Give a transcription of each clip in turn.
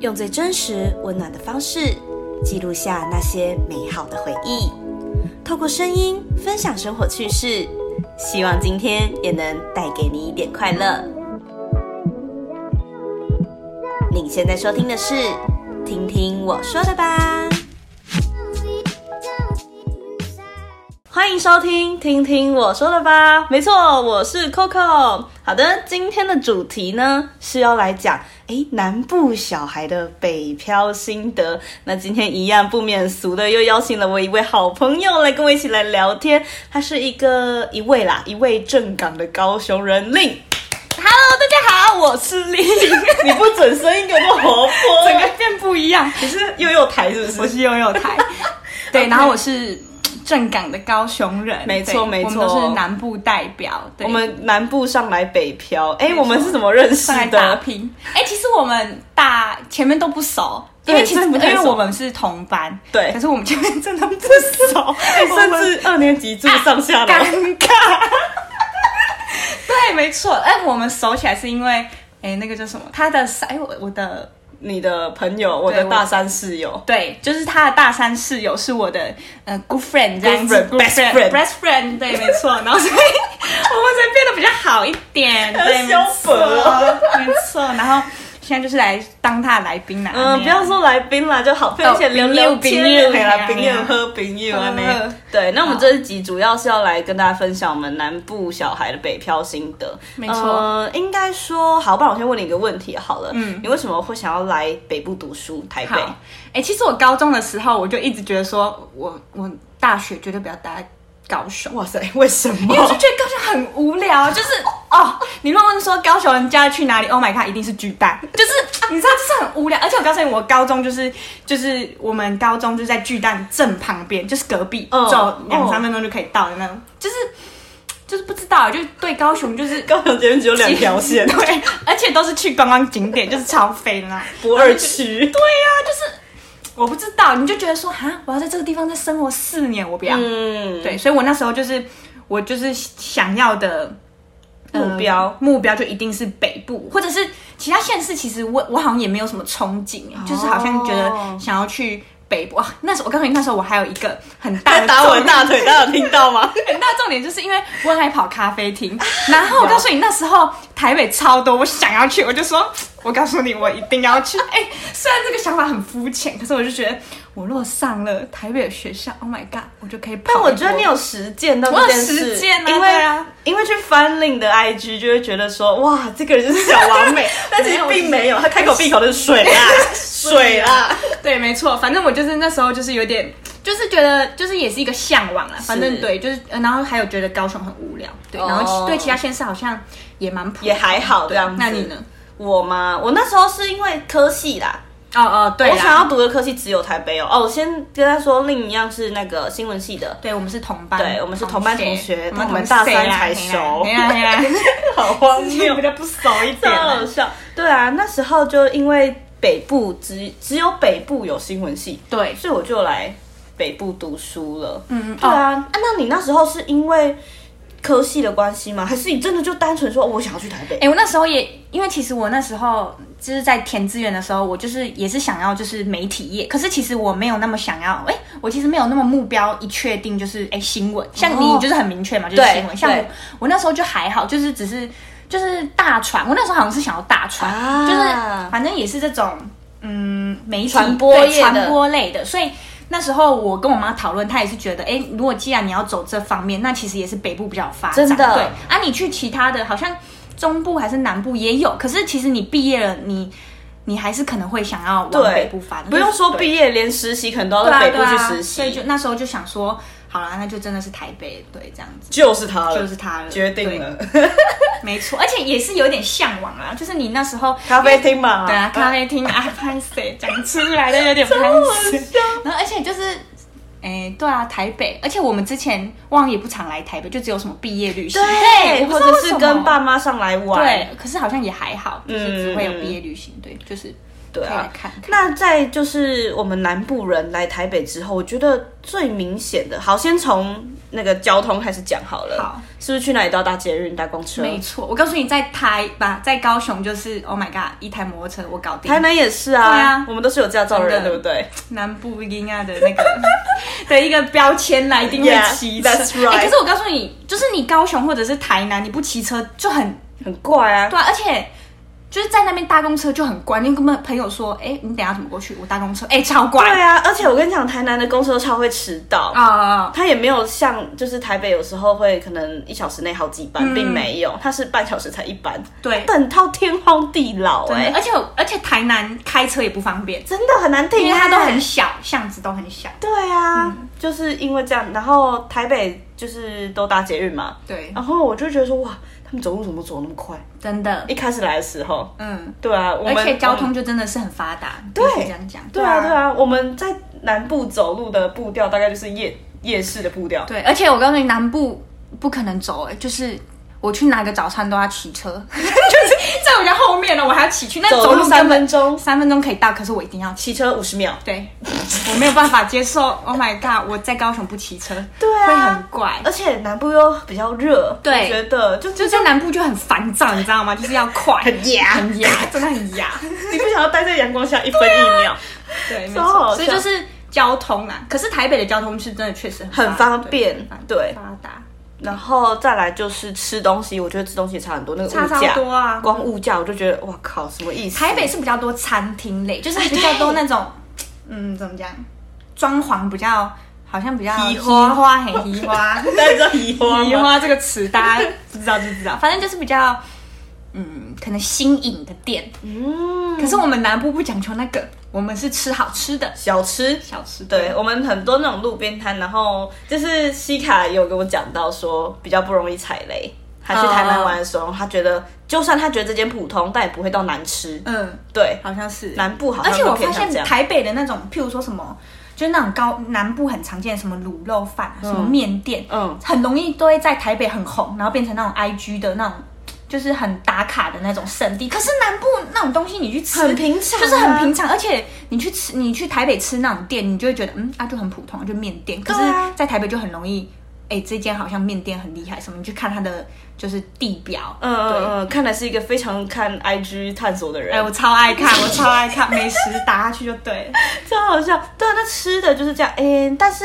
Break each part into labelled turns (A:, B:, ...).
A: 用最真实、温暖的方式，记录下那些美好的回忆。透过声音分享生活趣事，希望今天也能带给你一点快乐。你现在收听的是《听听我说的吧》，欢迎收听《听听我说的吧》。没错，我是 Coco。好的，今天的主题呢是要来讲，诶南部小孩的北漂心得。那今天一样不免俗的，又邀请了我一位好朋友来跟我一起来聊天。他是一个一位啦，一位正港的高雄人令。
B: Hello，大家好，我是丽，
A: 你不准声音给我活 泼，
B: 整个变不一样。
A: 你是又有台是不
B: 我
A: 是？
B: 是悠悠台， 对，然后我是正港的高雄人，
A: 没错
B: 对
A: 没错
B: 我们都是南部代表，对
A: 我们南部上来北漂，哎、
B: 没错
A: 我们是怎么认识
B: 上来打
A: 的？
B: 拼。哎、其实我们大前面都不熟。因
A: 对
B: 为其实
A: 真
B: 因
A: 的不太
B: 为
A: 熟
B: 我们是同班，
A: 对
B: 可是我们前面真的不熟，
A: 哎
B: 我们
A: 甚至二年级住上下楼，
B: 尴尬。 对，没错，哎、我们熟起来是因为，哎、那个叫什么？他的哎、我我的
A: 你的朋友，我的
B: 对我
A: 大三室友，
B: 对，就是他的大三室友是我的呃 good friend 这样子
A: Good friend，best friend
B: best friend 对，没错。然后所以我们才变得比较好一 点，对，没
A: 消
B: 错
A: 薄哦，
B: 没错。然后现在就是来当他的来宾啦，
A: 嗯，不要说来宾啦，就好
B: 哦
A: 朋友一起聊聊天，嘿
B: 啊
A: 啦，朋友喝朋友
B: 嗯
A: 啊，没。对，那我们这一集主要是要来跟大家分享我们南部小孩的北漂心得。
B: 没错
A: 呃，应该说，好，不然我先问你一个问题好了，嗯，你为什么会想要来北部读书，台
B: 好
A: 北？，
B: 哎、其实我高中的时候我就一直觉得说，我我大学绝对不要待在高雄。
A: 哇塞，为什么
B: 因为我就觉得高雄很无聊，就是哦，你乱问说高雄人家去哪里，Oh my god，一定是巨蛋，就是你知道，就是很无聊。而且我告诉你，我高中就是就是我们高中就在巨蛋正旁边，就是隔壁，
A: 哦
B: 走两
A: 哦
B: 三分钟就可以到的那种，就是就是不知道，就对高雄就是
A: 高雄前面只有两条 线，
B: 对，而且都是去观光景点，就是超飞啦。
A: 不二区。
B: 对呀、就是我不知道，你就觉得说哈，我要在这个地方再生活四年，我不要。
A: 嗯，
B: 对，所以我那时候就是我就是想要的呃
A: 目标
B: 目标就一定是北部，或者是其他县市。其实我我好像也没有什么憧憬、欸就是好像觉
A: 哦
B: 得想要去北部。啊、那时候我告诉你，那时候我还有一个很大
A: 他
B: 的
A: 打我的
B: 重点
A: 大腿，大家有听到吗？
B: 很大重点就是因为我很爱跑咖啡厅，
A: 啊
B: 然后我告诉你那时候台北超多，我想要去，我就说，我告诉你我一定要去。哎、虽然这个想法很肤浅，可是我就觉得我如果上了台北的学校，Oh my god，我就可以跑。
A: 但我觉得你。有实践到这件事，
B: 我有实践啊
A: 因为
B: 对啊因为
A: 去翻令的 IG 就会觉得说，哇，这个人就是小完 美，但其实并没有，他开口闭口都是水啦，水啦。
B: 对，没错，反正我就是那时候就是有点，就是觉得就是也是一个向往啦。啊反正对，就是呃然后还有觉得高雄很无聊，对，
A: 哦
B: 然后其对其他县市好像也蛮普通
A: 也还好这
B: 对
A: 样子。
B: 那你呢？？
A: 我吗？我那时候是因为科系啦，
B: 哦哦，对
A: 我想
B: 啦，
A: 要读的科系只有台北哦。哦，我先跟他说，另一样是那个新闻系的，
B: 对我们是同班，
A: 对我们是同班同学但我们
B: 同
A: 大
B: 谁
A: 三
B: 啦
A: 才
B: 嘿啦
A: 熟
B: 嘿啦嘿啦
A: 好荒
B: 比较不熟一
A: 超
B: 点啦
A: 好。笑。对啊，那时候就因为北部只只有北部有新闻系，
B: 对，
A: 所以我就来北部读书了。
B: 嗯
A: 对啊，啊，那你那时候是因为科系的关系吗？还是你真的就单纯说、哦我想要去台北？
B: 哎、我那时候也，因为其实我那时候就是在填志愿的时候，我就是也是想要就是媒体业，可是其实我没有那么想要，哎、我其实没有那么目标一确定就是哎、诶新闻，像你
A: 哦
B: 就是很明确嘛，就是
A: 对
B: 新闻，像我
A: 对
B: 我那时候就还好，就是只是就是大船，我那时候好像是想要大船，
A: 啊
B: 就是反正也是这种嗯媒体
A: 传播
B: 对
A: 业的
B: 传播类的，所以。那时候我跟我妈讨论，她也是觉得，哎、如果既然你要走这方面，那其实也是北部比较有发展，
A: 真的
B: 对啊，你去其他的好像中部还是南部也有，可是其实你毕业了，你你还是可能会想要往北部发展，
A: 不用说
B: 业
A: 毕业，连实习可能都要
B: 对
A: 到
B: 啊
A: 北部
B: 对
A: 去
B: 啊
A: 实习，
B: 所以就那时候就想说，好啦，那就真的是台北，对，这样子
A: 就是他了，
B: 就是他了，
A: 决定了，
B: 对，没错，而且也是有点向往啦，就是你那时候
A: 咖啡厅嘛，
B: 对啊，咖啡厅啊， 拍谁讲出来的有点拍谁，然后而且就是。哎、对啊，台北，而且我们之前忘也不常来台北，就只有什么毕业旅 行，
A: 对，
B: 我不
A: 或
B: 知道
A: 者
B: 为什
A: 是
B: 么
A: 跟爸妈上来玩，
B: 对，可是好像也还好，就是只会有毕业旅行，对，就是
A: 对
B: 可以来
A: 啊，
B: 看看
A: 那在就是我们南部人来台北之后，我觉得最明显的，好，先从那个交通开始讲好了。
B: 好，
A: 是不是去哪里都要搭捷运、搭公车？
B: 没错，我告诉你，在台吧，在高雄就是 Oh my God，一台摩托车我搞定。
A: 台南也是啊，
B: 对啊
A: 我们都是有驾照的人，
B: 真的
A: 对不对？
B: 南部英啊的那个 的一个标签啦，一定会
A: Yeah,
B: 骑车。
A: that's right
B: 哎可是我告诉你，就是你高雄或者是台南，你不骑车就很
A: 很怪啊，
B: 对、啊，而且就是在那边搭公车就很乖。你跟朋朋友说，哎、你等一下怎么过去？我搭公车，哎、超乖。
A: 对啊，而且我跟你讲，台南的公车超会迟到。
B: 啊啊、啊
A: 它也没有像就是台北有时候会可能一小时内好几班，
B: 嗯
A: 并没有，它是半小时才一班，
B: 对，
A: 等到天荒地老哎、
B: 而且而且台南开车也不方便，
A: 真的很难停、欸，
B: 因为它都很小，巷子都很小。
A: 对啊，就是因为这样，然后台北就是都搭捷运嘛，
B: 对，
A: 然后我就觉得说哇，他们走路怎么走那么快？
B: 真的，
A: 一开始来的时候，
B: 嗯，
A: 对啊，我们
B: 而且交通就真的是很发达，
A: 对
B: 必须这样讲，
A: 对啊，对啊，我们在南部走路的步调大概就是夜夜市的步调，
B: 对，而且我告诉你，南部不可能走、哎，就是我去拿个早餐都要骑车， 就是在我家后面了，我还要骑去，那走
A: 路
B: 路
A: 三
B: 根本
A: 分钟，
B: 三分钟可以到，可是我一定要骑。
A: 骑车五十秒。
B: 对，我没有办法接受。Oh my god！我在高雄不骑车，
A: 对啊
B: 会很怪。
A: 而且南部又比较热，
B: 对
A: 我觉得就就
B: 就在南部就很烦躁，你知道吗？就是要快，
A: 很压
B: 很压，真的很压。
A: 你不想要待在阳光下一分一秒，
B: 对，没
A: 超好
B: 错。
A: 笑
B: 所以就是交通啊，可是台北的交通是真的确实很
A: 很方便
B: 对很
A: 对
B: 发达，
A: 然后再来就是吃东西，我觉得吃东西也差很多，那个
B: 差
A: 物
B: 超
A: 价，
B: 多啊。
A: 光物价我就觉得哇靠，什么意思？
B: 台北是比较多餐厅类，就是
A: 哎
B: 比较多那种，嗯，怎么讲，装潢比较好像比较
A: 移花
B: 移花很移 花，
A: 大家知道移花
B: 移
A: 吗？
B: 花这个词大家不知道就知道，反正就是比较，嗯，可能新颖的店。
A: 嗯，
B: 可是我们南部不讲求那个，我们是吃好吃的
A: 小吃。
B: 小吃店。
A: 对我们很多那种路边摊，然后就是西卡有跟我讲到说比较不容易踩雷。他去台南玩的时候，他觉得就算他觉得这间普通，但也不会到难吃。
B: 嗯，
A: 对，
B: 好像是。
A: 南部好
B: 而
A: 像
B: 且
A: 都
B: 我
A: 偏
B: 发
A: 向这
B: 现
A: 样。
B: 台北的那种，譬如说什么，就是那种高南部很常见的什么卤肉饭、啊、什么面店，
A: 嗯
B: 很容易都会在台北很红，然后变成那种 IG 的那种，就是很打卡的那种圣地。可是南部那种东西，你去吃
A: 很平常啊
B: 就是很平常。而且你去吃，你去台北吃那种店，你就会觉得嗯啊就很普通，就面店。可是
A: 对啊
B: 在台北就很容易。哎、这间好像面店很厉害，什么？你去看它的就是地表，
A: 嗯
B: 对
A: 嗯嗯，看来是一个非常看 IG 探索的人。
B: 哎、我超爱看，我超爱看，美食打下去就对了。
A: 超好笑。对啊，那吃的就是这样。哎、但是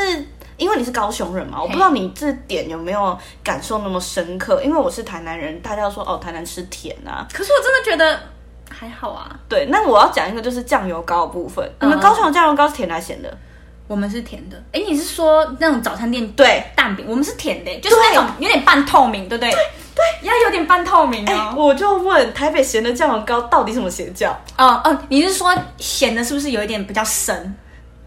A: 因为你是高雄人嘛，我不知道你这点有没有感受那么深刻。因为我是台南人，大家都说哦，台南吃甜啊。
B: 可是我真的觉得还好啊，
A: 对，那我要讲一个就是酱油膏的部分。你们
B: 嗯
A: 高雄的酱油膏是甜的还是咸的？
B: 我们是甜的。哎、你是说那种早餐店
A: 对。
B: 蛋饼？我们是甜的、就是那种有点半透明，对不对？对，要有点半透明
A: 哎、
B: 哦。
A: 我就问台北咸的酱油膏到底什么邪教？
B: 哦哦，你是说咸的是不是有一点比较深？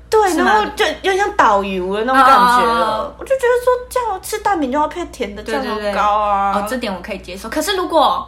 A: 对，
B: 是
A: 然
B: 吗
A: 后就有点像导游的那种感觉
B: 哦哦
A: 啊了。我就觉得说，酱油吃蛋饼就要配甜的酱油膏啊。
B: 哦，这点我可以接受。可是如果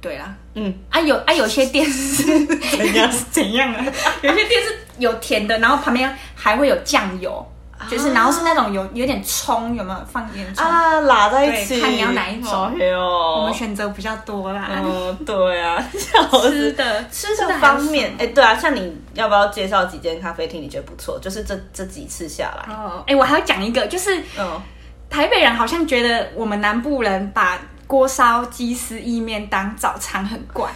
B: 对啦，
A: 嗯，
B: 啊有啊有些店 是
A: 怎样是
B: 怎样啊？有些店是有甜的，然后旁边还会有酱油，就是然后是那种有有点葱，有没有放点葱？
A: 啊，拉在一起。
B: 对看你要哪一种
A: 好黑哦。
B: 我们选择比较多啦。
A: 哦，对 啊，笑
B: 吃
A: 死。
B: 的
A: 吃
B: 真
A: 的
B: 还
A: 方面，
B: 爽
A: 哎、对啊，像你要不要介绍几间咖啡厅你觉得不错？就是这这几次下来，
B: 哦，哎、我还要讲一个，就是
A: 嗯，
B: 台北人好像觉得我们南部人把锅烧鸡丝意面当早餐很怪，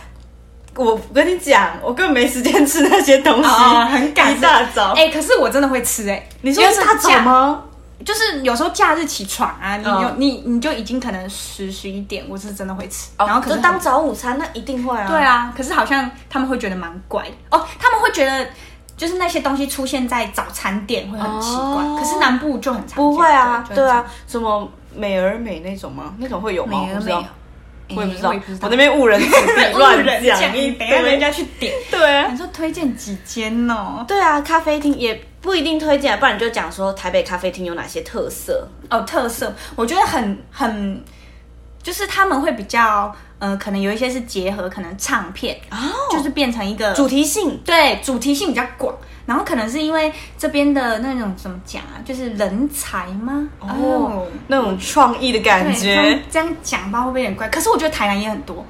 A: 我跟你讲，我根本没时间吃那些东西，
B: 哦很赶
A: 一大早。
B: 哎、可是我真的会吃、哎，
A: 你说
B: 因为
A: 一大早吗？
B: 假？就是有时候假日起床啊，你有、
A: 嗯
B: 你你就已经可能十十一点，我是真的会吃，
A: 哦
B: 然后可是
A: 就
B: 很
A: 当早午餐，那一定会啊。
B: 对，啊，可是好像他们会觉得蛮怪的哦，他们会觉得。就是那些东西出现在早餐店会很奇怪，
A: 哦
B: 可是南部就很常见
A: 不会啊，对，
B: 就很常
A: 啊，什么美而美那种吗？那种会有吗？
B: 美而美
A: 我
B: 啊
A: 不知道，我也不知道，
B: 哎我也不知道
A: 我那边误人子 弟，乱
B: 人
A: 讲一
B: 等一下人
A: 堆。
B: 家去点。
A: 对啊
B: 你说推荐几间哦？
A: 对啊，咖啡厅也不一定推荐，不然你就讲说台北咖啡厅有哪些特色。
B: 哦，特色，我觉得很很，就是他们会比较，呃，可能有一些是结合可能唱片，就是变成一个
A: 主题性
B: 对主题性比较广。然后可能是因为这边的那种怎么讲啊，就是人才吗？
A: 哦，那种创意的感
B: 对，这样
A: 觉。
B: 这样讲吧，会不会有点怪？可是我觉得台南也很多，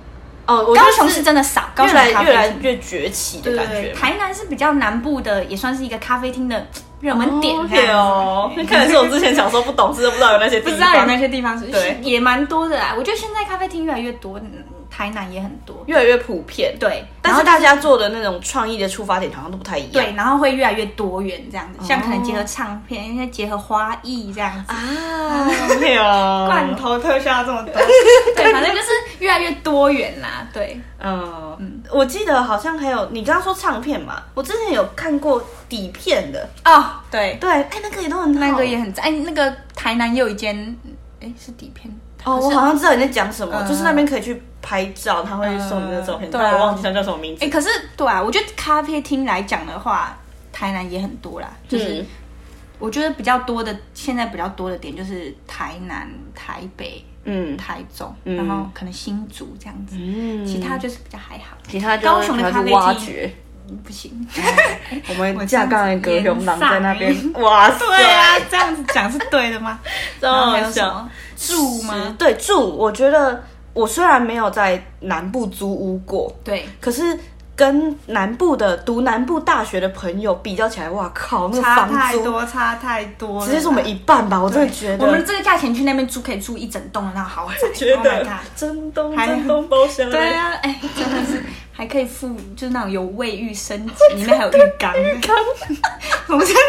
A: 哦，我觉得
B: 高雄是真的少，高
A: 越
B: 雄
A: 来
B: 的咖啡
A: 越来
B: 厅
A: 越崛起的
B: 对
A: 感
B: 对
A: 觉
B: 对，
A: 嘛。
B: 台南是比较南部的，也算是一个咖啡厅的热门点这样
A: 对
B: 子。
A: 哦，那看来是我之前小时候不懂事，不知道有那些地
B: 不
A: 方
B: 知道有那些地 方是，
A: 对
B: 也蛮多的啊啦。我觉得现在咖啡厅越来越多，嗯台南也很多。
A: 越来越普遍。
B: 对，
A: 但
B: 然后
A: 是大家做的那种创意的出发点好像都不太一样。
B: 对，然后会越来越多元这样子，像可能结合唱片，再结合花艺这样子，
A: 啊，对哦，
B: 罐头特效这么 多，对，反正就是越来越多元啦。对，
A: 嗯，我记得好像还有你刚刚说唱片嘛，我之前有看过底片的，
B: 哦，对，
A: 对，哎，那个也都很好，
B: 那个也很赞。哎，那个台南也有一间，哎，是底片
A: 哦，我
B: 是
A: 好像知道你在讲什么，
B: 嗯
A: 就是那边可以去拍照，他会送你的照片，
B: 嗯
A: 但
B: 对啊
A: 我忘记它叫什么名字
B: 哎、。可是对啊，我觉得咖啡厅来讲的话，台南也很多啦。就是、
A: 嗯
B: 我觉得比较多的，现在比较多的点就是台南、台北、
A: 嗯
B: 台中，
A: 嗯
B: 然后可能新竹这样子。
A: 嗯，
B: 哎其他就是比较还好，
A: 其他就
B: 高雄的
A: 要去
B: 咖啡厅
A: 挖掘，
B: 嗯不行。
A: 我们
B: 我
A: 架杠的隔雄狼在那边
B: 这样，
A: 哇塞，
B: 哎对啊，这样子讲是对 的吗？
A: 真
B: 然后
A: 好
B: 还有什
A: 笑
B: 么。住
A: 是
B: 吗？
A: 对，住，我觉得我虽然没有在南部租屋过，
B: 对，
A: 可是跟南部的读南部大学的朋友比较起来，哇靠，那个
B: 差
A: 房
B: 太
A: 租
B: 多，差太多了啦。
A: 直接是我们一半吧，我真的觉得。
B: 我们这个价钱去那边住可以住一整栋的那种豪宅。
A: 觉
B: Oh
A: 得
B: my god
A: 真东
B: 还
A: 真东包厢，
B: 对，啊，哎、真的是还可以附，就是那种有卫浴升级，里面还有浴缸。浴缸， 我们这根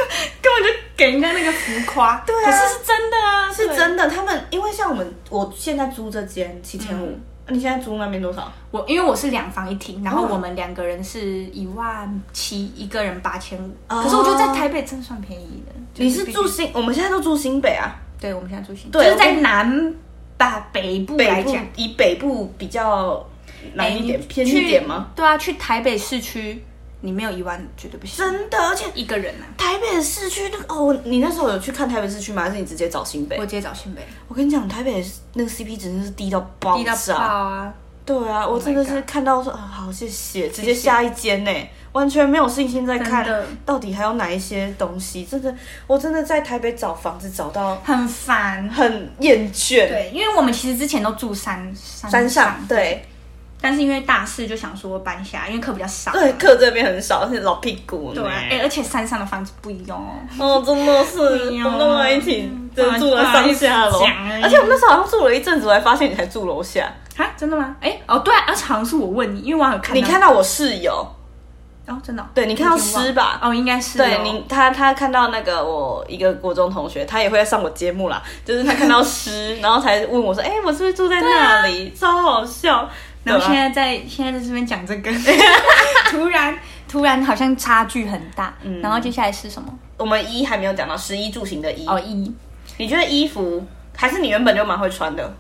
B: 本就给人家那个浮夸。对
A: 啊
B: 可是是真的啊，
A: 是
B: 对。
A: 真的。他们因为像我们，我现在租这间七千
B: 嗯
A: 五，你现在租那边多少？
B: 我因为我是两房一厅，然后
A: 哦
B: 我们两个人是一万七，一个人八千五。
A: 哦
B: 可是我觉得在台北真的算便宜的。就是
A: 你是
B: 比
A: 住？新，我们现在都住新北啊，
B: 对，我们现在住新，就
A: 对
B: 是在南吧北部来
A: 北部
B: 讲。
A: 以北部比较
B: 哎
A: 南一点
B: 你
A: 偏
B: 去
A: 一点吗？？
B: 对啊，去台北市区，你没有一万绝对不行，
A: 真的，而且
B: 一个人啊。
A: 台北市区那个哦，你那时候有去看台北市区吗？还是你直接找新北
B: 我？直接找新北，
A: 我跟你讲，台北那个 CP 值真是低到爆
B: 低到爆
A: 炸。
B: 啊！
A: 对啊，我
B: my
A: 真的是
B: God
A: 看到说，啊，好谢谢，直接下一间呢，完全没有信心在看
B: 真的
A: 到底还有哪一些东西。真的，我真的在台北找房子找到
B: 很烦。
A: 很厌倦，
B: 对，因为我们其实之前都住山山
A: 山上对
B: 但是因为大四就想说搬下来，因为课比较少。
A: 对，客这边很少，而且老屁股呢
B: 对啊，哎、而且山上的房子不一样哦。
A: 哦，真的是，
B: 哎呦
A: 我们都在一起，真的住了上下楼
B: 不好意思讲哎。
A: 而且我们那时候好像住了一阵子，我还发现你才住楼下。
B: 啊，真的吗？哎、哦，对、啊，而且好像是我问你，因为我有看到
A: 你看到我室友，
B: 哦，真的哦、
A: 对你看到
B: 我已经忘了
A: 诗吧
B: 哦，应该是、哦、
A: 对你，他他看到那个我一个国中同学，他也会上我节目啦，就是他看到 诗，然后才问我说：“哎、我是不是住在那里？”啊超好笑。
B: 然后现
A: 对啊
B: 在在现在在这边 讲这个，突然突然好像差距很大。
A: 嗯
B: 然后接下来是什么？
A: 我们一还没有讲到十一住行的衣，
B: 哦，一
A: 你觉得衣服还是你原本就蛮会穿的？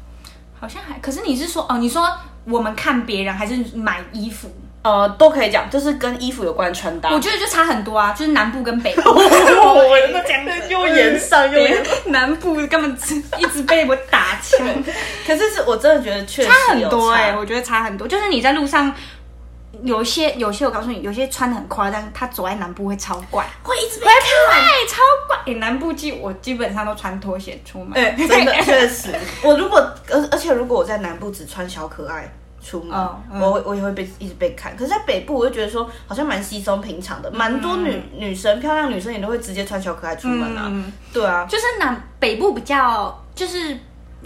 B: 好像还，可是你是说哦，你说我们看别人还是买衣服？
A: 呃，都可以讲，就是跟衣服有关的穿搭。
B: 我觉得就差很多啊，就是南部跟北部。
A: 我真的讲又 延上又延，
B: 南部根本只一直被我打枪，
A: 可是是我真的觉得确实
B: 差很
A: 有
B: 多
A: 差欸
B: 哎、我觉得差很多。就是你在路上，有些有些我告诉你，有些穿的很夸张，他走在南部会超怪，
A: 会啊一直被
B: 会怪超怪。欸南部基我基本上都穿拖鞋出门，
A: 哎、真的确实，我如果呃而而且如果我在南部只穿小可爱出门，
B: 哦嗯
A: 我会我也会被一直被看。可是，在北部我就觉得说好像蛮稀松平常的，蛮多女、女生漂亮女生也都会直接穿小可爱出门啊。
B: 嗯
A: 对啊，
B: 就是南北部比较就是。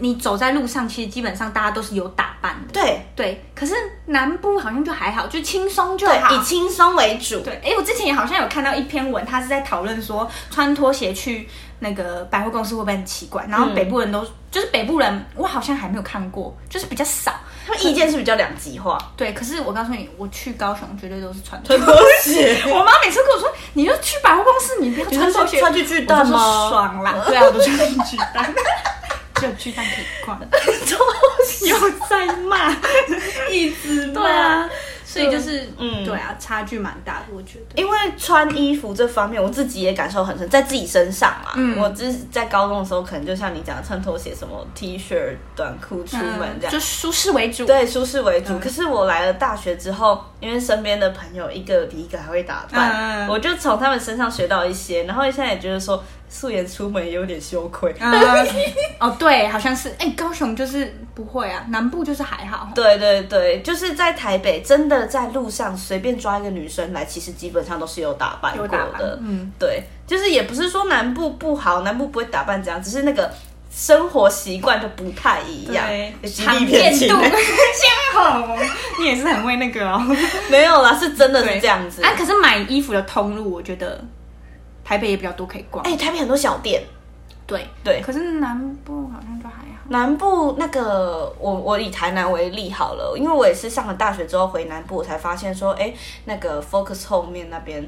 B: 你走在路上，其实基本上大家都是有打扮的，
A: 对
B: 对。可是南部好像就还好，就轻松就好，
A: 对，以轻松为主。
B: 对，哎，我之前也好像有看到一篇文，他是在讨论说穿拖鞋去那个百货公司会不会很奇怪，
A: 嗯
B: 然后北部人都、就是北部人，我好像还没有看过，就是比较少。
A: 他们意见是比较两极化。
B: 对，可是我告诉你，我去高雄绝对都是穿拖
A: 穿
B: 鞋。
A: 拖鞋，
B: 我妈每次跟我说，你就去百货公司，你不要
A: 你是
B: 穿拖鞋，
A: 穿去巨
B: 我
A: 蛋
B: 就
A: 吗
B: 说 爽啦，对啊，我都穿巨蛋，只有巨蛋可以 逛，又在 骂，
A: 一直
B: 对啊，所以就是，
A: 嗯
B: 嗯，对啊，差距蛮大的，我觉得。
A: 因为穿衣服这方面，我自己也感受很深，在自己身上嘛。
B: 嗯
A: 我之在高中的时候，可能就像你讲的，穿拖鞋、什么 T 恤、短裤出门这样，
B: 嗯就舒适为主，
A: 对舒适为主。
B: 嗯
A: 可是我来了大学之后，因为身边的朋友一个比一个还会打扮，
B: 嗯嗯嗯
A: 我就从他们身上学到一些，然后现在也觉得说，哎、素颜出门也有点羞愧。
B: 呃，哦，对，好像是。哎、高雄就是不会啊，南部就是还好。
A: 对对对，就是在台北，真的在路上随便抓一个女生来，其实基本上都是有打扮过
B: 有打扮
A: 的。
B: 嗯，
A: 对，就是也不是说南部不好，南部不会打扮这样，只是那个生活习惯就不太一样
B: 对，，
A: 极
B: 常
A: 力
B: 见
A: 偏
B: 度，
A: 见。
B: 江红，你也是很会那个哦。
A: 没有啦，是真的是这样子。
B: 啊，可是买衣服的通路，我觉得台北也比较多可以逛。
A: 哎、台北很多小店，
B: 对
A: 对
B: 可是南部好像就还好。
A: 南部那个，我我以台南为例好了，因为我也是上了大学之后回南部，我才发现说，哎、那个 Focus 后面那边，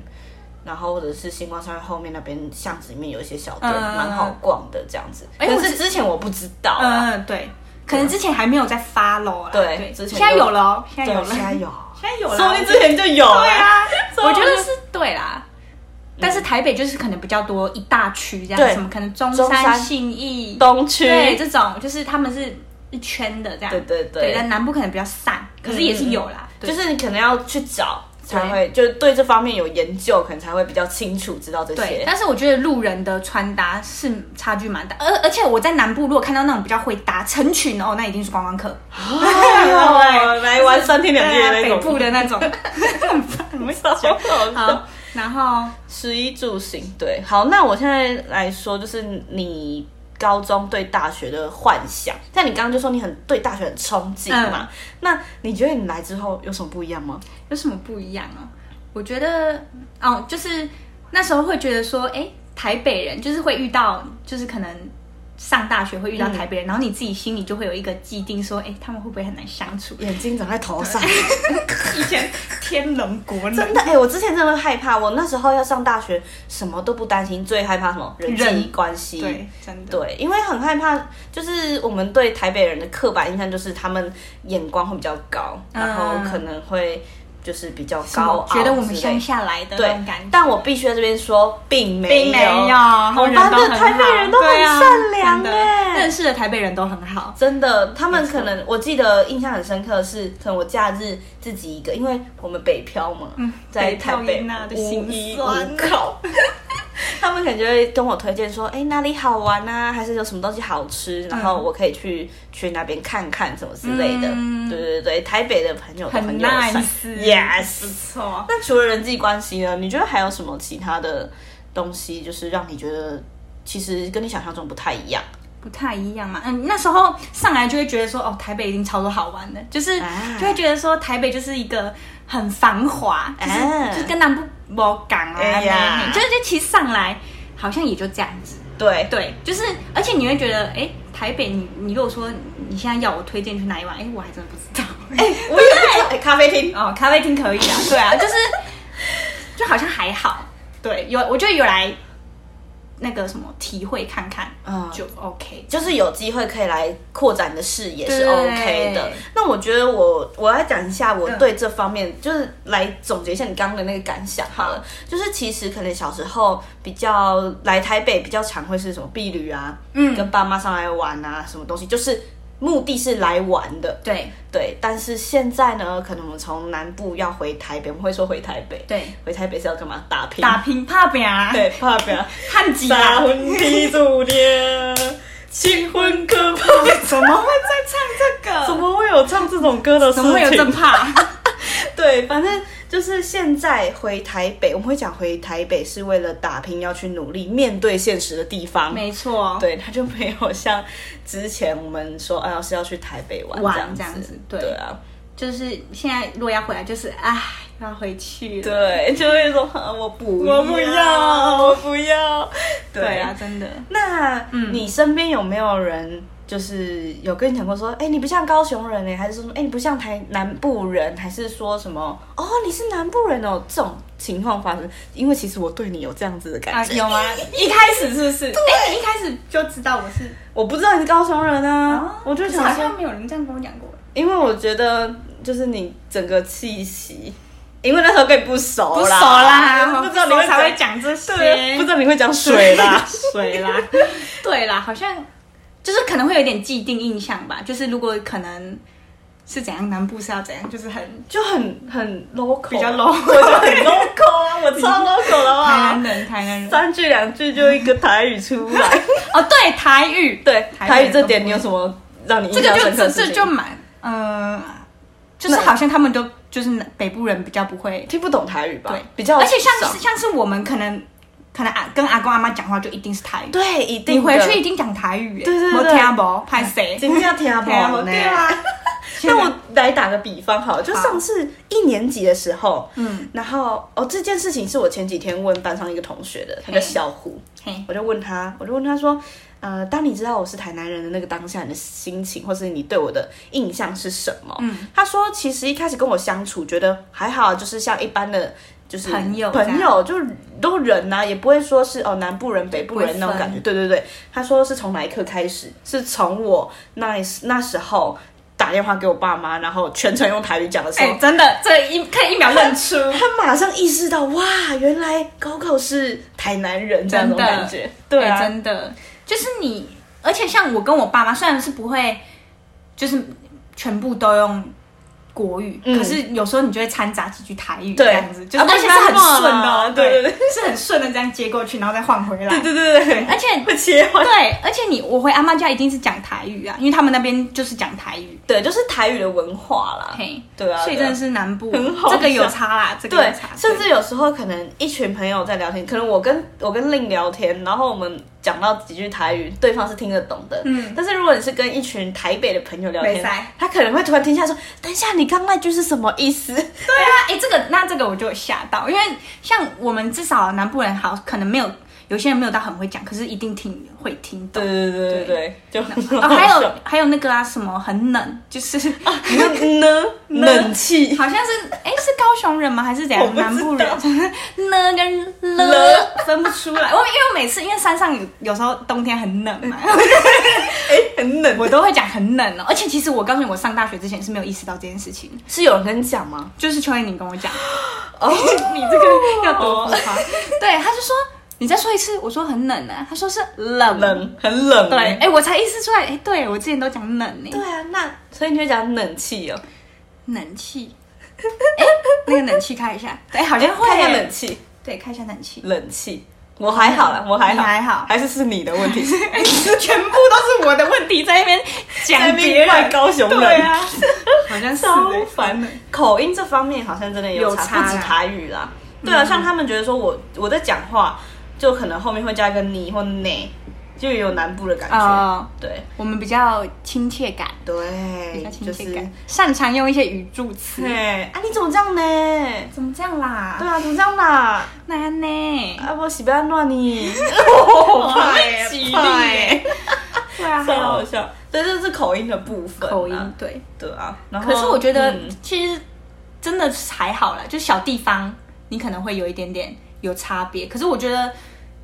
A: 然后或者是星光商业后面那边巷子里面有一些小店，
B: 嗯
A: 蛮、好逛的这样子。
B: 哎
A: 可
B: 我
A: 是
B: 是
A: 之前我不知道啊，
B: 嗯，对，可能之前还没有在发喽啦。
A: 对之
B: 现
A: 前
B: 在
A: 就
B: 有了哦，现
A: 对
B: 在有了，
A: 现在有，
B: 现在有 了。
A: 说不定之前就有了
B: 对 啊，
A: 说
B: 我
A: 不定
B: 觉得是对啦。但是台北就是可能比较多一大区这
A: 嗯对
B: 样，什么可能中
A: 中山
B: 山、信义、
A: 东区，
B: 对这种，就是他们是一圈的这样。
A: 对对对嗯
B: 对，但南部可能比较散，可是也是有啦。对
A: 就是你可能要去找才会，就是对这方面有研究，可能才会比较清楚知道这
B: 对，
A: 些。
B: 但是我觉得路人的穿搭是差距蛮大，而而且我在南部如果看到那种比较会搭成群哦，那一定是观光客，
A: 哦来玩三天两夜
B: 对啊
A: 那 种
B: 北部的那种。
A: 没错，
B: 好，然后
A: 食衣住行，对，好，那我现在来说，就是你高中对大学的幻想。但你刚刚就说你很对大学很憧憬
B: 嗯
A: 嘛，那你觉得你来之后有什么不一样吗？
B: 有什么不一样哦？我觉得哦，就是那时候会觉得说，哎，台北人就是会遇到，就是可能。上大学会遇到
A: 嗯
B: 台北人，然后你自己心里就会有一个既定，说，哎、他们会不会很难相处？
A: 眼睛长在头 上，
B: 以前天龙国冷
A: 真的哎、我之前真的害怕，我那时候要上大学，什么都不担心，最害怕什么人际
B: 人
A: 关系，
B: 对，真的，
A: 对，因为很害怕，就是我们对台北人的刻板印象就是他们眼光会比较高，
B: 嗯
A: 然后可能会就是比较
B: 什
A: 高
B: 么
A: 傲之类
B: 觉
A: 的，
B: 得我们乡下来的那
A: 对
B: 种感觉，。
A: 但我必须在这边说，并没
B: 并没有，
A: 我们班的台北人都很善良
B: 哎、
A: 哎、
B: 认啊识的台北人都很好。
A: 真的，他们可能我记得印象很深刻的是，可能我假日自己一个，因为我们北漂嘛，在
B: 嗯北
A: 台
B: 漂
A: 北
B: 英娜的
A: 无
B: 心
A: 依
B: 酸
A: 无靠， 他们可能就会跟我推荐说，哎、哪里好玩啊，还是有什么东西好吃，然后我可以去去那边看看什么之类的。
B: 嗯
A: 对对对，台北的朋友都
B: 很
A: 友善
B: nice
A: yes
B: 不。错。
A: 那除了人际关系呢？你觉得还有什么其他的东西，就是让你觉得其实跟你想象中不太一样？
B: 不太一样嘛，嗯，那时候上来就会觉得说，哦，台北已经超多好玩的，就是
A: 啊
B: 就会觉得说，台北就是一个很繁华，就是、
A: 啊
B: 就是跟南部无港啊，
A: 哎呀
B: 那样就是就其实上来好像也就这样子，
A: 对，
B: 对，就是而且你会觉得，哎、台北你你如果说你现在要我推荐去哪里玩，哎、我还真的不知道，
A: 我有在、哎咖啡厅，
B: 哦，咖啡厅可以啊，对啊，就是就好像还好，对，有我觉得有来那个什么体会看看，
A: 嗯
B: 就 OK。
A: 就是有机会可以来扩展你的视野是
B: 对
A: OK 的。那我觉得我我要讲一下我
B: 嗯
A: 对这方面，就是来总结一下你刚刚的那个感想好了。就是其实可能小时候比较来台北比较常会是什么避旅啊，
B: 嗯
A: 跟爸妈上来玩啊，什么东西，就是目的是来玩的。
B: 对
A: 对，但是现在呢，可能我们从南部要回台北，我们会说回台北，
B: 对，
A: 回台北是要干嘛？打拼，
B: 打拼怕拼，
A: 对，怕不要
B: 汉吉
A: 三
B: 啊，
A: 婚地主娘，新婚歌怕，
B: 怎么会在唱
A: 怎
B: 这个？
A: 么会有唱这种歌的事
B: 怎么会有这
A: 情？
B: 怕？
A: 对，反正就是现在回台北，我们会讲回台北是为了打拼，要去努力面对现实的地方。
B: 没错，
A: 对，他就没有像之前我们说，啊，是要去台北玩
B: 玩
A: 这样
B: 这样子对
A: 对啊，
B: 就是现在如果要回来，就是唉，要回去了。
A: 对，就会说啊我不
B: 我不要
A: 我不要。对
B: 对啊，
A: 啊，
B: 真的。嗯
A: 那、你身边有没有人就是有跟你讲过说，哎、你不像高雄人呢、还是说什么，哎、你不像台南部人，还是说什么，哦，你是南部人哦，这种情况发生？因为其实我对你有这样子的
B: 啊
A: 感，觉，
B: 有吗？一开始是不是？哎，你一开始就知道我是，
A: 我不知道你是高雄人啊，我就
B: 哦可是
A: 想
B: 好
A: 说
B: 像，没有人这样跟我讲过。
A: 因为我觉得就是你整个气息。因为那时候跟你不熟
B: 不熟
A: 啦，
B: 啦，
A: 不知道你
B: 不熟才会
A: 讲
B: 讲这些，
A: 对，不知道你会讲水啦，
B: 水啦，对啦，好像就是可能会有点既定印象吧，就是如果可能是怎样，南部是要怎样，就是很
A: 就很很 local，啊
B: 比较 low
A: 我就 很 local 啊，我超 local 的
B: 台
A: 哇
B: 南，人，台南人。
A: 三句两句就一个台语出来。
B: 哦， 对，台语，
A: 对
B: 台
A: 台
B: 语
A: 语这点，你有什么让你
B: 这
A: 印
B: 个
A: 象
B: 就
A: 深刻
B: 这
A: 的事
B: 这
A: 情？
B: 就蛮，嗯，就是
A: 那
B: 好像他们都就是北部人比较不会
A: 听不懂台语吧？
B: 对，
A: 比较
B: 而且像
A: 少
B: 是像是我们可能可能啊跟阿公阿妈讲话就一定是台语，
A: 对，一定
B: 你回
A: 的
B: 去一定讲台语耶，
A: 对对对
B: 没听不拍谁？
A: 真的听不
B: 听
A: 懂
B: 不
A: 呢
B: 对 啊，
A: 那我来打个比方好了，就上次一年级的时候，
B: 嗯，
A: 然后哦，这件事情是我前几天问班上一个同学的，他叫
B: 嘿
A: 小虎，
B: 嘿，
A: 我就问他，我就问他说，呃，当你知道我是台南人的那个当下，你的心情或是你对我的印象是什么？
B: 嗯，
A: 他说，其实一开始跟我相处，觉得还好，啊就是像一般的。就是
B: 朋友
A: 朋友哦就是都人呐、也不会说是哦南部人北部人那种
B: 不会分
A: 感觉。对对对，他说是从哪一刻开始，是从我那那时候打电话给我爸妈，然后全程用台语讲的时候，
B: 哎，真的这一看一秒认出，
A: 他马上意识到，哇，原来 Coco 是台南人这样的
B: 真的
A: 感觉，对
B: 哎
A: 啊，
B: 真的就是你，而且像我跟我爸妈，虽然是不会，就是全部都用。国语，
A: 嗯
B: 可是有时候你就会掺杂几句台语，
A: 对
B: 这样子，就是
A: 啊但是
B: 它
A: 是默
B: 很顺的
A: 啦
B: 哦，
A: 啊对对，
B: 是很顺的这样接过去，然后再换回来，
A: 对对对对，
B: 哎而且
A: 会切换。
B: 对，而且你我回阿妈家一定是讲台语啊，因为他们那边就是讲台语。
A: 对，就是台语的文化啦。
B: 嘿，
A: 对啊，
B: 所
A: 对
B: 以真
A: 啊
B: 的是南部
A: 很好
B: 这个有
A: 笑
B: 差啦，这个有
A: 对
B: 差，，
A: 甚至有时候可能一群朋友在聊天，可能我跟我跟令聊天，然后我们讲到几句台语，对方是听得懂的。
B: 嗯
A: 但是如果你是跟一群台北的朋友聊
B: 没
A: 天
B: 塞，
A: 他可能会突然停下来说：“等一下，你刚那句是什么意思
B: 对啊，哎、这个那这个我就有吓到，因为像我们至少南部人好，可能没有有些人没有到很会讲，可是一定听会听？”懂
A: 对。对对对对，就
B: 哦，还有还有那个啊，什么很冷，就是、
A: 啊呢冷气，
B: 好像是哎、是高雄人吗？还是怎
A: 我
B: 样？
A: 不知道
B: 南部人呢跟了
A: 了
B: 分不出来。我因为我每次因为山上有有时候冬天很冷嘛，
A: 哎，很冷。
B: 我都会讲很冷哦，而且其实我告诉你，我上大学之前是没有意识到这件事情，
A: 是有人跟你讲吗？
B: 就是邱燕宁跟我讲，
A: 哦，
B: 你这个要多浮夸。对，他就说你再说一次，我说很冷啊，他说是冷。
A: 冷，很冷。
B: 对，哎、我才意识出来，哎、对我之前都讲冷呢、
A: 对啊，那所以你会讲冷气哦，
B: 冷气。 哎、那个冷气开一下，对，好像会、
A: 看一下冷气，
B: 对，开一下冷 气。
A: 冷气。我还好啦，我还好，
B: 嗯你还好
A: 还是是你的问 题，
B: 哎全部都是我的问题，在那边
A: 在
B: 讲
A: 那边
B: 别
A: 怪
B: 人，
A: 高雄人，
B: 对啊， 好像是、
A: 超
B: 欸。
A: 烦的。口音这方面好像真的有差，
B: 有差啦嗯
A: 不止台语啦。对啊，像他们觉得说我我在讲话，就可能后面会加一个你或呢，就也有南部的感觉。
B: 哦，
A: 对
B: 我们比较亲切感，哎比
A: 对
B: 较，亲
A: 就
B: 切
A: 是
B: 感，擅长用一些语助词。
A: 对啊，你怎么这样呢？
B: 怎么这样啦？
A: 对啊，怎么这样啦？
B: 那样呢？
A: 啊，我洗不要乱 你，我
B: 嗯怕
A: 欸
B: 欸怕欸对啊，还
A: 超好
B: 有
A: 笑。对，这是口音的部分、
B: 口音，，对。
A: 对啊。然后，
B: 可是我觉得
A: 嗯
B: 其实真的还好啦，就小地方你可能会有一点点有差别。可是我觉得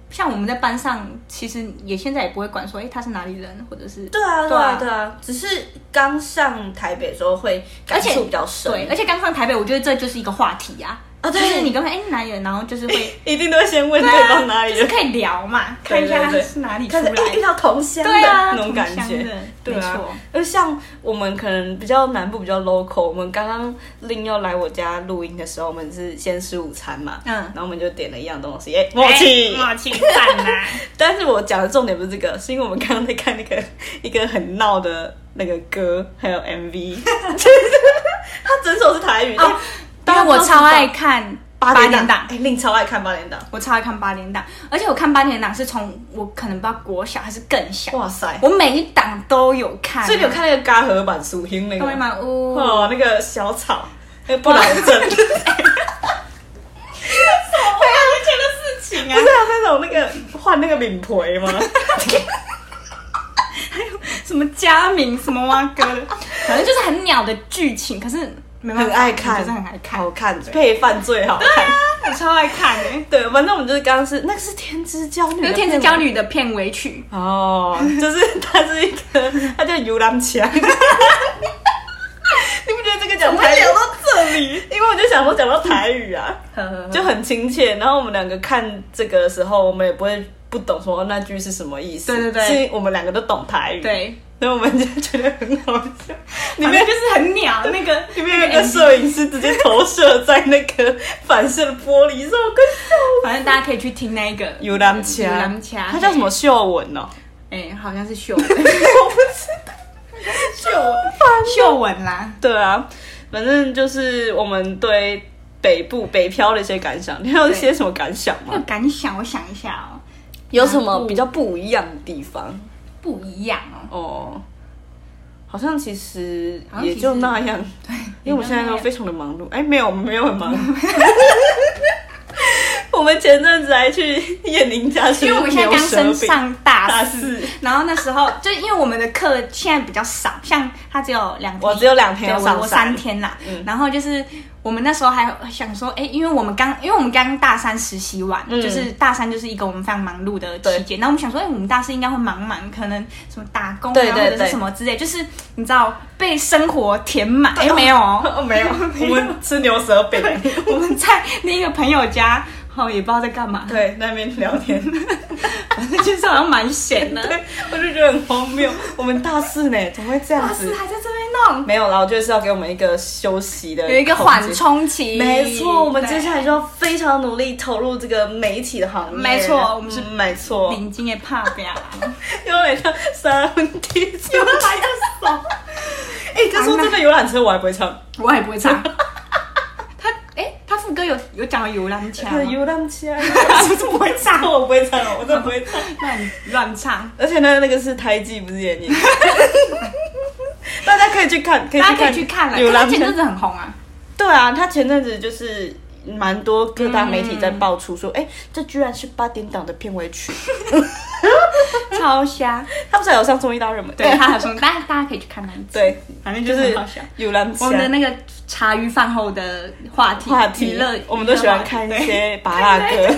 B: 像我们在班上，其实也现在也不会管说，哎、他是哪里人，或者是
A: 对啊，对
B: 对
A: 啊，
B: 啊
A: 对啊，只是刚上台北的时候会感
B: 而且
A: 触比较深，
B: 对，而且刚上台北，我觉得这就是一个话题啊。
A: 啊对
B: 就是你刚才哎哪里人，然后 就是会
A: 一定都会先 问对方哪里
B: 就是
A: 人，
B: 可以聊嘛，啊看一
A: 对
B: 下
A: 对对
B: 他是哪里出
A: 看
B: 来
A: 着
B: 的，
A: 哎遇到同乡的
B: 对啊，
A: 那种感
B: 同乡的
A: 觉。对
B: 没
A: 啊
B: 错，，
A: 而像我们可能比较南部比较 local，我们刚刚令要来我家录音的时候，我们是先吃午餐嘛，
B: 嗯
A: 然后我们就点了一样东西，哎，默契，啊
B: 哎默契赞呐、
A: 但是我讲的重点不是这个，是因为我们刚刚在看那个 一个很闹的那个歌，还有 MV，他整首是台语，欸
B: 哦 因为我超爱看
A: 八
B: 点档
A: 哎、，令超爱看八点档，
B: 我超爱看八点档，而且我看八点档是从我可能不知道国小还是更小，
A: 哇塞！
B: 我每一档都有看。啊
A: 所以你有看那个嘎和版苏英那
B: 《东
A: 个
B: 北
A: 吗？
B: 满屋》
A: 哦，那个小 草，那个不老症，不是
B: 我之前的事情啊
A: 还有那种那个换那个领陪 吗？
B: 什么佳明什么蛙哥的，反正就是很鸟的剧情，可是没办
A: 很
B: 法，
A: 爱看
B: 我就是很爱看，
A: 好看，配饭最好看。啊
B: 我超爱看的、欸。
A: 对，反正我们就是刚刚是那个是天之娇女
B: 那
A: 的配吗，
B: 《天之娇女》的片尾曲，
A: 哦，就是 它是一个，它叫游览枪。 你不觉得这个讲台语？
B: 到这里？
A: 因为我就想说讲到台语啊，
B: 就
A: 就很亲切。然后我们两个看这个的时候，我们也不会不懂说那句是什么意思。
B: 对对对
A: 是因为我们两个都懂台语。
B: 对，
A: 所以我们就觉得很好 笑。里
B: 里
A: 面
B: 面就是很鸟那个
A: 里面有一个摄影师直接投射在那个反射的玻璃上，我跟
B: 反正大家可以去听那一个
A: 游览车，
B: 游览车
A: 它叫什么秀文哦？
B: 哎、好像是秀文，我 不知道，秀秀文啦，
A: 对啊，反正就是我们对北部北漂的一些感想，你有一些什么感想
B: 那
A: 吗
B: 个？感想我想一下哦，
A: 有什么比较不一样的地方？
B: 不一样哦，
A: 哦，好像其实
B: 好像
A: 也
B: 其
A: 就
B: 实
A: 那样，因为我们现在都非常的忙碌。哎，没有，我们没有很 忙碌。我们前阵子还去燕玲家吃
B: 因
A: 牛舌饼，
B: 为我们现在刚升上
A: 大
B: 大四，
A: 四，
B: 然后那时候就因为我们的课现在比较少，像他只有两天，嗯
A: 我只有两天
B: 对
A: 要
B: 我
A: 上
B: 我
A: 山
B: 三天啦。然后就是我们那时候还想说，哎、因为我们刚，因为我们刚大三实习完，
A: 嗯
B: 就是大三就是一个我们非常忙碌的期间。然后我们想说，哎、我们大四应该会忙满，可能什么打工啊，
A: 对对
B: 或者
A: 对
B: 是什么之类，就是你知道被生活填满。哎、 没有哦，
A: 哦没有，我们吃牛舌 饼，
B: 我们在另一个朋友家，哦，也不知道在干嘛，
A: 对，那边聊天。
B: 反正 就是好像蛮闲的。
A: 对， 我就觉得很荒谬。我们大四呢，怎么会这样
B: 大四
A: 子？
B: 还在这边弄。
A: 没有啦，我觉得是要给我们一个休息的，
B: 有一个缓。冲期。
A: 没错，我们接下
B: 来
A: 来就要非常努力投入这个媒体的行业。
B: 没错我们是
A: 嗯没错，
B: 领巾也怕不要，
A: 又来像三 D 出来的 手。哎、可是
B: 好
A: 说
B: 那
A: 真的，游览车 我还不会唱。
B: 我也不会唱。 他哎，他副歌有有讲到游览腔吗，
A: 游览车，
B: 是不是不会 唱？
A: 我不会唱，我真的不会唱。
B: 乱乱唱，
A: 而且呢，那个是胎记，不是眼 影。大家可以去看，可以去
B: 大家
A: 看，
B: 可以去看了。
A: 游
B: 他
A: 览
B: 前
A: 车
B: 阵子很红啊，
A: 对啊，他前阵子就是蛮多各大媒体在爆出说，
B: 嗯
A: 哎、这居然是八点档的片尾曲，
B: 超瞎。
A: 他不是还有上综艺大热门？
B: 对他很红，大家大家可以去看那一集。，
A: 对，
B: 反正就
A: 就是是
B: 很好笑。
A: 有蓝
B: 我们的那个茶余饭后的话题
A: 话题
B: 娱乐，
A: 我们都喜欢看一些拔蜡歌，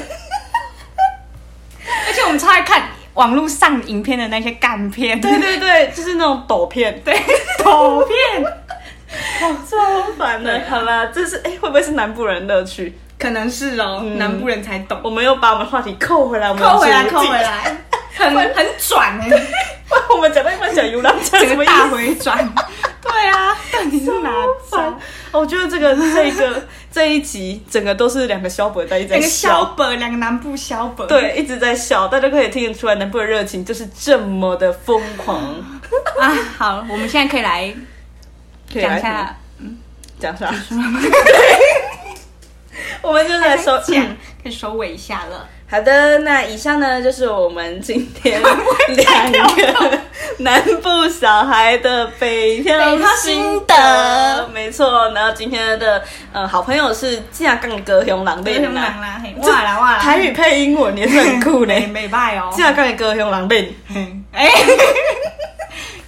B: 而且我们超爱看网络上影片的那些干片，
A: 对对对，就是那种抖片，
B: 对，抖片。
A: 超烦的。好啦，这是哎、会不会是南部人乐趣？
B: 可能是哦，南部人才懂。
A: 我们又把我们话题扣回嗯来，我们
B: 扣回来，
A: 主题
B: 扣回，来，很很转哎、欸，
A: 我们讲到一半讲游览车什
B: 整
A: 么
B: 个
A: 意思？
B: 大回 转。对啊，到底是哪
A: 烦
B: 招？
A: 哦我觉得这个这个这一集整个都是两个萧伯在一直在
B: 两个
A: 笑
B: 小，本，两个南部小本。，
A: 对，一直在笑，大家可以听得出来南部的热情就是这么的疯狂。
B: 啊，好，我们现在可以来
A: 可以
B: 讲
A: 来
B: 一下，
A: 讲啥？ 我们就是来收
B: 讲可以收尾一下了。
A: 好的，那以上呢就是我们今 天两个南部小孩的北漂
B: 北漂
A: 心
B: 心
A: 得
B: 得，
A: 没错。然后今天的呃好朋友是架杠哥熊狼贝
B: 很忙
A: 啦，
B: 啦，嘿，哇啦哇啦，
A: 台语配英文也是很酷呢。
B: 美美拜哦。
A: 架杠哥熊狼贝。
B: 嘿 哎，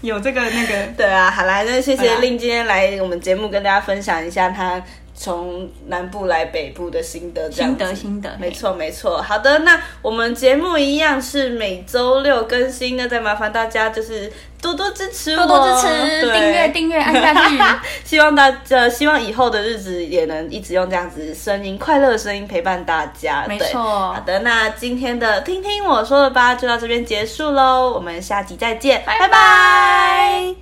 B: 有这个那个，
A: 对啊，好啦，那谢
B: 好
A: 谢
B: 啦
A: 令今天来我们节目跟大家分享一下他从南部来北部的心得，这样
B: 心
A: 子
B: 得心得，
A: 没错没错。好的，那我们节目一样是每周六更新，那再麻烦大家就是多多支持
B: 嘿，
A: 我，
B: 多多支持，
A: 对
B: 订阅订阅，按下去。
A: 希望大家，呃希望以后的日子也能一直用这样子声音，快乐的声音陪伴大家。
B: 没
A: 对
B: 错
A: 好的，那今天的听听我说的吧，就到这边结束喽，我们下集再见，
B: 拜拜
A: 拜